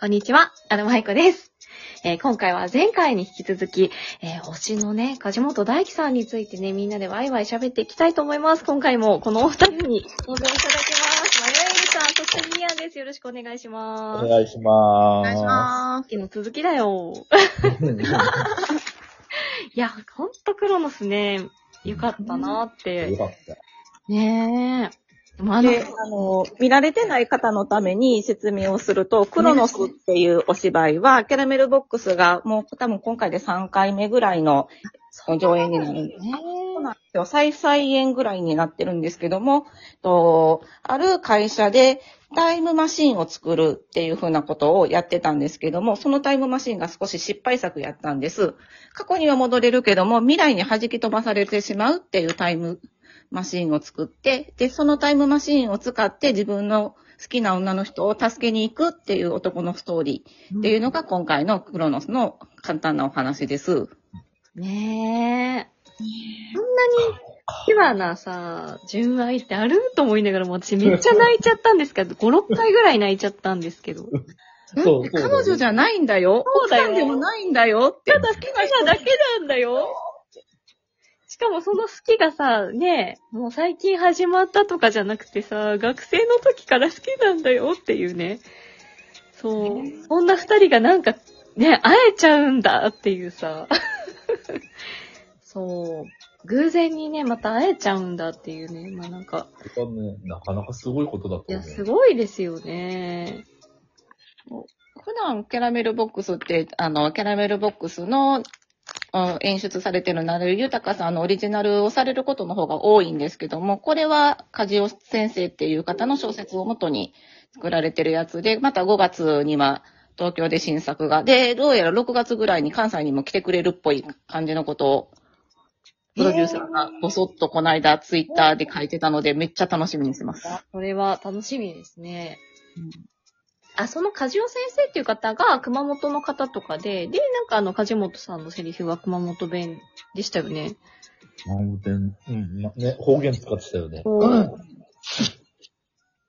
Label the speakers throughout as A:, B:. A: こんにちは、アルマイコです。えー今回は前回に引き続き、えー星のね、梶本大輝さんについてね、みんなでワイワイ喋っていきたいと思います。今回もこのお二人に登場いただきます。マヤエルさん、そしてミヤです。よろしくお願いし
B: お
A: ます。さ
B: 願いしま
C: お
B: ーす。
C: 願いしま
A: っきの続きだよ。 いや、ほんとクロノスね、よかったなーっ
B: よ
A: て。
B: かった。
A: ねえ。でもあ
C: す。
A: の、
C: で、あの、見られてない方のために説明をすると、クロノスっていうお芝居は、キャラメルボックスがもう多分今回で3回目ぐらいの上演になるんです
A: ね
C: そうなんですよ。再再演ぐらいになってるんですけども、とある会社でタイムマシンを作るっていうふうなことをやってたんですけども、そのタイムマシンが少し失敗作やったんです。過去には戻れるけども、未来に弾き飛ばされてしまうっていうタイムマシンを作って、で、そのタイムマシンを使って自分の好きな女の人を助けに行くっていう男のストーリーっていうのが今回のクロノスの簡単なお話です。
A: ねえ。ピュアなさ、純愛ってあると思いながらも私めっちゃ泣いちゃったんですけど、5、6回ぐらい泣いちゃったんですけど。
B: そう
C: だ
B: そう
C: って
B: だね
C: 彼女じゃないんだよ。
A: そうだよ
C: 奥さんでもないんだよって。ただ好きな
A: 好きなだけなんだよ。しかもその好きがさ、ねえ、もう最近始まったとかじゃなくてさ、学生の時から好きなんだよっていうね。そう。そんな二人がなんか、ね、会えちゃうんだっていうさ。そう。偶然にね、また会えちゃうんだっていうね。まあなんか、
B: これはねなかなかすごいことだと
A: い
B: 思
A: や、
B: う。
A: すごいですよね。
C: 普段キャラメルボックスって、あの、キャラメルボックスの、うん演出されてるなるゆたかさんのオリジナルをされることの方が多いんですけども、これは梶尾先生っていう方の小説を元に作られてるやつで、また5月には東京で新作が、で、どうやら6月ぐらいに関西にも来てくれるっぽい感じのことを、プロデューサーがぼそっとこの間ツイッターで書いてたので、めっちゃ楽しみにしてます。
A: あこれは楽しみですね。
C: うん
A: あ、その梶尾先生っていう方が熊本の方とかで、で、なんかあの梶本さんのセリフは熊本弁でしたよね。
B: なんてうん、まね、方言使ってたよね。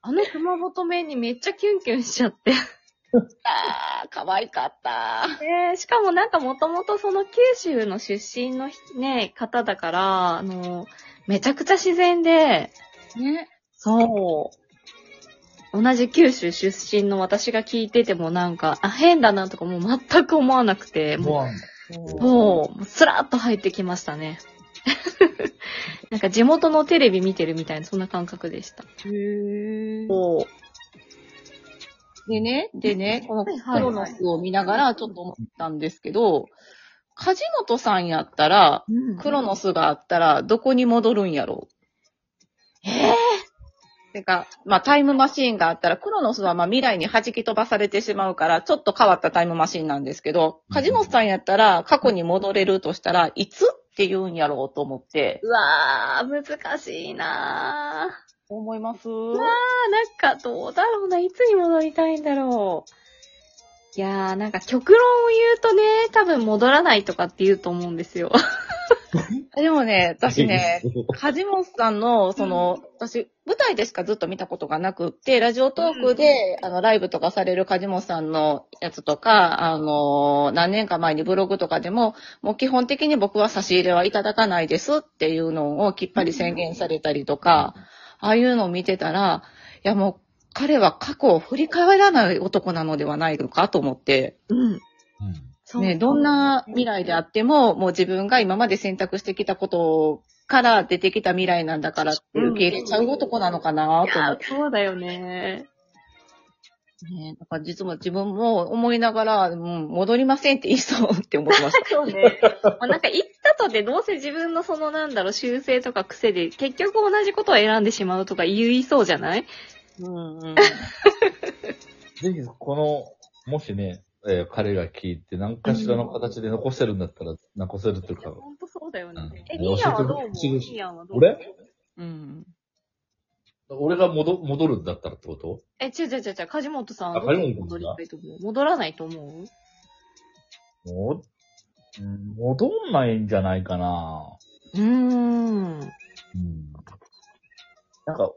A: あの熊本弁にめっちゃキュンキュンしちゃっ て。
C: あー、可愛かった。
A: ねしかもなんかもともとその九州の出身のひね、方だから、あの、めちゃくちゃ自然で、
C: ね。
A: そう。同じ九州出身の私が聞いててもなんか、あ、変だなとかもう全く思わなくて、もう
B: もう、
A: もう、スラーっと入ってきましたね。 なんか地元のテレビ見てるみたいな、そんな感覚でした。
C: へー
A: お
C: でね、でね、このク
A: はいはい
C: ロノスを見ながらちょっと思ったんですけど、梶本さんやったら、クロノスがあったらどこに戻るんやろ
A: ええ
C: う。てか、まあタイムマシーンがあったら、クロノスはまあ未来に弾き飛ばされてしまうから、ちょっと変わったタイムマシーンなんですけど、梶本さんやったら過去に戻れるとしたらいつって言うんやろうと思って。
A: うわー、難しいなー。
C: 思いま
A: あー、
C: す
A: なんかどうだろうな、いつに戻りたいんだろう。いやー、なんか極論を言うとね、多分戻らないとかって言うと思うんですよ。
C: でもね、私ね、梶本さんの、その、私、舞台でしかずっと見たことがなくって、ラジオトークで、あの、ライブとかされる梶本さんのやつとか、あの、何年か前にブログとかでも、もう基本的に僕は差し入れはいただかないですっていうのをきっぱり宣言されたりとか、ああいうのを見てたら、いやもう、彼は過去を振り返らない男なのではないのかと思って。
A: うん。
B: うん
A: そ
C: ね、どんな未来であっても、もう自分が今まで選択してきたことから出てきた未来なんだからって受け入れちゃう男なのかないと思
A: や
C: っ
A: ー、そうだよね。
C: て、ね。だから実は自分も思いながら、うん、戻りませんって言いそうって思ってました。
A: そうね。まあなんか行ったとてどうせ自分のそのなんだろう修正とか癖で結局同じことを選んでしまうとか言いそうじゃない
C: うんうん。
B: ぜひ、この、もしね、えー彼が聞いて、何かしらの形で残せるんだったら、残せるというか、
A: ほんとそうだよ
B: うん
A: ね。え、リーアンはどう思う
B: 教えてほしい
A: リーアンはどう思う
B: 俺
C: うん。
B: 俺が戻、戻るんだったらってこと
A: え、違う違う違う、梶本さんは
B: あ
A: どこに
B: 梶本さ
A: 戻
B: ん
A: り
B: が
A: たいと思う戻らないと思う
B: もううん戻んないんじゃないかな
A: うーん。
B: うん。なんか、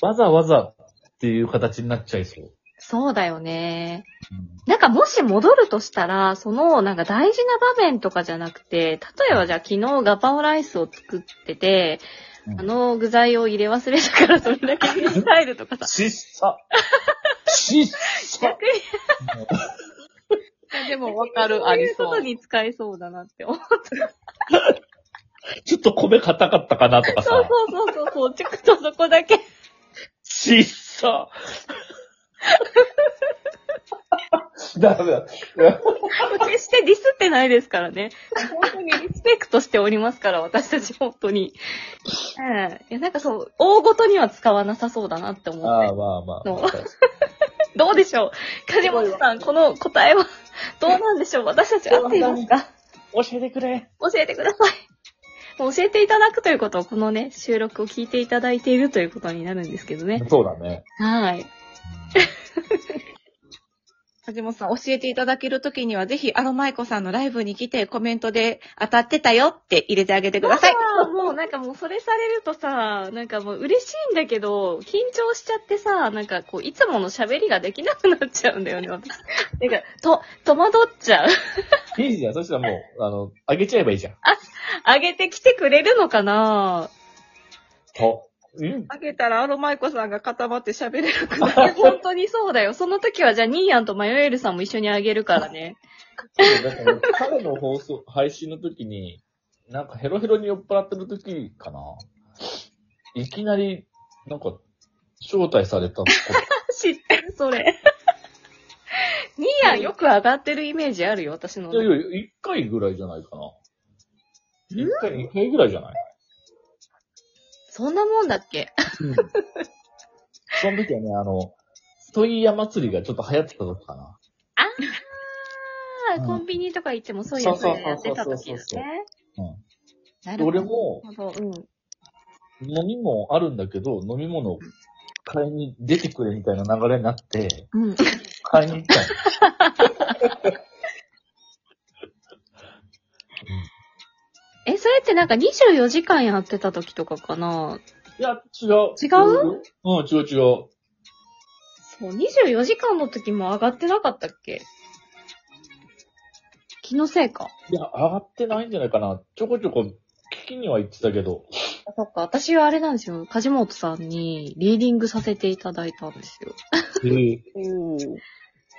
B: わざわざっていう形になっちゃいそう。
A: そうだよね。なんかもし戻るとしたら、そのなんか大事な場面とかじゃなくて、例えばじゃあ昨日ガパオライスを作ってて、
B: うん
A: あの具材を入れ忘れたからそれだけにスタイルとかさ。
B: ちっ さ。ちっさ。
A: 逆に
C: でもわかる、
A: そ
C: あ
A: うい
C: り
A: うこ
C: そ
A: と
C: う。
A: に使えそうだなって思う。
B: ちょっと米硬かったかなとか
A: そう
B: さ。
A: そうそうそうそう、ちょっとそこだけ。
B: ちっさ。ダメだ。
A: 決してディスってないですからね。本当にリスペクトしておりますから、私たち本当に。うん。いや、なんかそう、大ごとには使わなさそうだなって思って。
B: ああ、まあまあ。
A: のどうでしょう梶本さん、この答えはどうなんでしょう私たち合っていますか
B: 教えてくれ。
A: 教えてください。もう教えていただくということを、このね、収録を聞いていただいているということになるんですけどね。
B: そうだね。
A: はい。
C: 梶本さん、教えていただけるときには、ぜひ、アロマイコさんのライブに来て、コメントで当たってたよって入れてあげてください。
A: あーもうなんかもうそれされるとさ、なんかもう嬉しいんだけど、緊張しちゃってさ、なんかこう、いつもの喋りができなくなっちゃうんだよね、私。なんか、と、戸惑っちゃう。
B: いいじゃん。そしたらもう、あの、あげちゃえばいいじゃん。
A: あげてきてくれるのかな
B: と。うん。
C: あげたら、アロマイコさんが固まって喋れるくなる。
A: いや本当にそうだよ。その時はじゃあ、ニーヤンとマヨエルさんも一緒にあげるからね。
B: そうだから彼の放送、配信の時に、なんかヘロヘロに酔っ払ってる時かな。いきなり、なんか、招待されたの。
A: 知ってる、それ。ニーヤンよく上がってるイメージあるよ、私の。
B: いやいや、一回ぐらいじゃないかな。一回、二回ぐらいじゃない
A: そんなもんだっけ
B: うん。その時はね、あの、ストイヤ祭りがちょっと流行ってた時かな。
A: あ
B: う
A: あ、
B: ん
A: コンビニとか行ってもそういうやつ
B: そうそうそう
A: やってた時だ
B: そうそう
A: ね。
B: うん
A: なるほど。
B: 俺も、
A: なるほど、うん。
B: 飲み物あるんだけど、飲み物買いに出てくれみたいな流れになって、
A: うん。
B: 買いに 行ったの。
A: え、それってなんか24時間やってた時とかかない
B: や、違う。
A: 違
B: うん、違う違う。
A: そう、24時間の時も上がってなかったっけ気のせいか。
B: いや、上がってないんじゃないかな。ちょこちょこ聞きには行ってたけど。
A: あそっか、私はあれなんですよ。梶本さんにリーディングさせていただいたんですよ。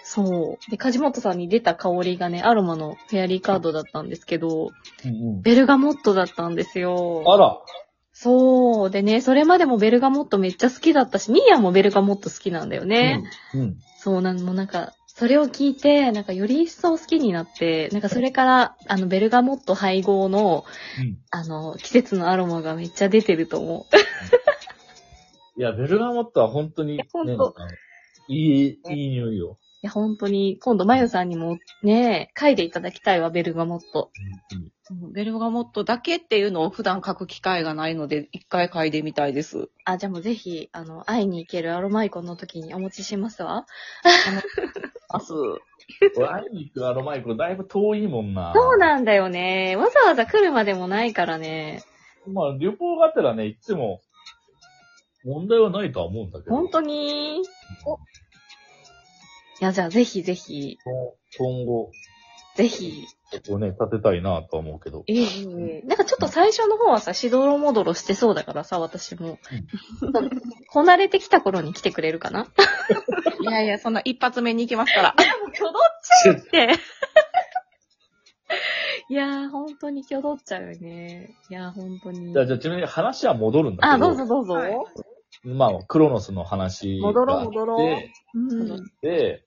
A: そう。で、梶本さんに出た香りがね、アロマのフェアリーカードだったんですけど、
B: うん
A: ベルガモットだったんです
B: うん、あ
A: よ。
B: ら、
A: そう。でね、それまでもベルガモットめっちゃ好きだったし、ニーヤもベルガモット好きなんだよね。
B: うん、うん。
A: そうなん、もうなんか、それを聞いて、なんかより一層好きになって、なんかそれから、あの、ベルガモット配合の、
B: うん
A: あの、季節のアロマがめっちゃ出てると思う。
B: いや、ベルガモットは本当に、ね、
A: 本当
B: あのいい、いい匂いよ。
A: いや、本当に、今度、まゆさんにも、ね、嗅いでいただきたいわ、ベルガモット。
B: うん
C: ベルガモットだけっていうのを普段書く機会がないので、一回嗅いでみたいです。
A: あ、じゃあもうぜひ、あの、会いに行けるアロマイコンの時にお持ちしますわ。
C: 明日。
B: 俺会いに行くアロマイコだいぶ遠いもんな。
A: そうなんだよね。わざわざ来るまでもないからね。
B: まあ、旅行がてらね、行っても、問題はないとは思うんだけど。
A: 本当に。いや、じゃあぜひぜひ、
B: 今後、
A: ぜひ。
B: ここね、立てたいなとは思うけど。
A: ええなんかちょっと最初の方はさ、しどろもどろしてそうだからさ、私 も。こなれてきた頃に来てくれるかな
C: いやいや、そんな一発目に行きますから。
A: 挙動って。 いやー、本当に挙動っちゃうよね。いやー、本当に
B: じゃ。あ、じゃあ、ちなみに話は戻るんだけど。
A: あ、どうぞどうぞ。
C: はい
B: まあ、クロノスの話があって。
C: 戻ろう戻ろう
A: うん。
B: で、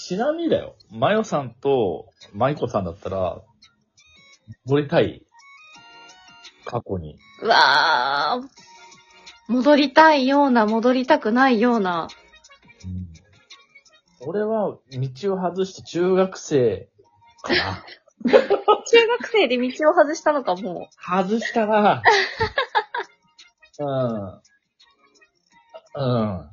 B: ちなみにだよ、マヨさんとマイコさんだったら、戻りたい過去に。
A: うわー。戻りたいような、戻りたくないような。
B: 俺は道を外して中学生かな。
A: 中学生で道を外したのか、も
B: 外したな。うん。うん。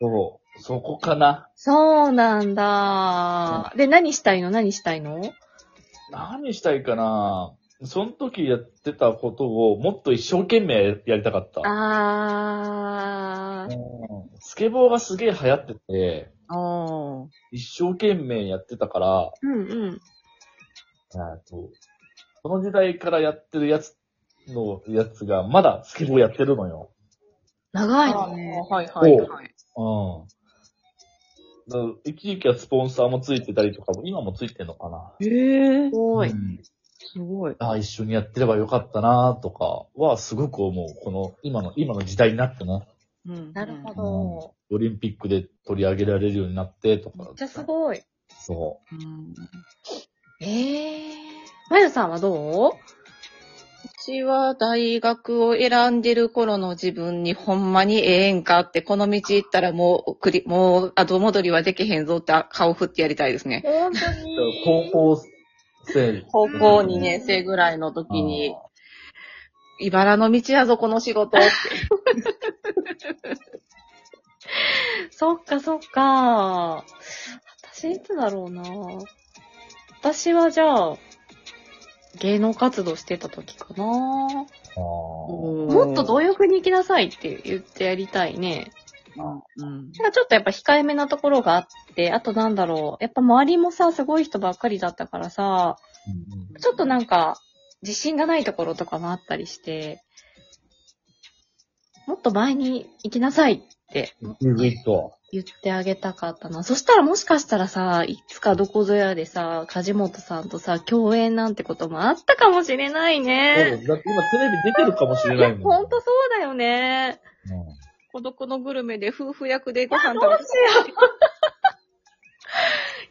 B: そう、そこかな
A: う。。そうなんだ。で、何したいの何したいの
B: 何したいかな。その時やってたことをもっと一生懸命やりたかった。
A: あー。
B: うんスケボーがすげえ流行ってて、
C: おー。
B: 一生懸命やってたから、
A: うんうん。
B: あと、この時代からやってるやつのやつが、まだスケボーやってるのよ。
A: 長い
C: あ
A: の
C: ー
A: ね。
C: はいはい
B: う
C: はい。
B: ん。だから一時期はスポンサーもついてたりとかも、今もついてんのかな。
A: へえ。すご
B: う
A: い。
B: ん
C: すごい。
B: ああ、一緒にやってればよかったなとかは、すごく思う。この、今の、今の時代になってな。
C: うん
A: なるほ
B: う
A: ど。
B: んオリンピックで取り上げられるようになってと
A: め
B: か
A: っ。ちゃすごい。
B: そ
C: うん
A: ええ。まゆさんはどう
C: 私は大学を選んでる頃の自分にほんまにええんかって、この道行ったらもう、くり、もう後戻りはできへんぞって顔振ってやりたいですね。
A: 本当
B: う。
A: に
B: だから高校生。
C: 高校2年生ぐらいの時に、茨の道やぞ、この仕事って。
A: そっかそっか。私いつだろうな。私はじゃあ、芸能活動してた時かな。も
B: あー
A: っとど
C: う
A: ういう風に行きなさいって言ってやりたいね。
C: うん。
A: なんかちょっとやっぱ控えめなところがあって、あとなんだろう。やっぱ周りもさ、すごい人ばっかりだったからさ、
B: うん
A: ちょっとなんか、自信がないところとかもあったりして、もっと前に行きなさいって
B: うん。ぐいぐいと。
A: 言ってあげたかったな。そしたらもしかしたらさ、いつかどこぞやでさ、梶本さんとさ、共演なんてこともあったかもしれない
B: そ
A: ね。
B: うだって今テレビ出てるかもしれ
A: い
B: な
A: や、
B: いもん。
A: ほんとそうだよね。
B: うん
C: 孤独のグルメで夫婦役でご飯食べて。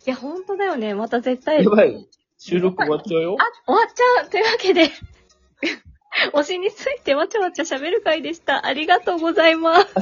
A: いや、ほんとだよね。また絶対。
B: やばい。収録終わっちゃうよ。
A: あ、終わっちゃうというわけで、 推しについてわちゃわちゃ喋る回でした。ありがとうございます。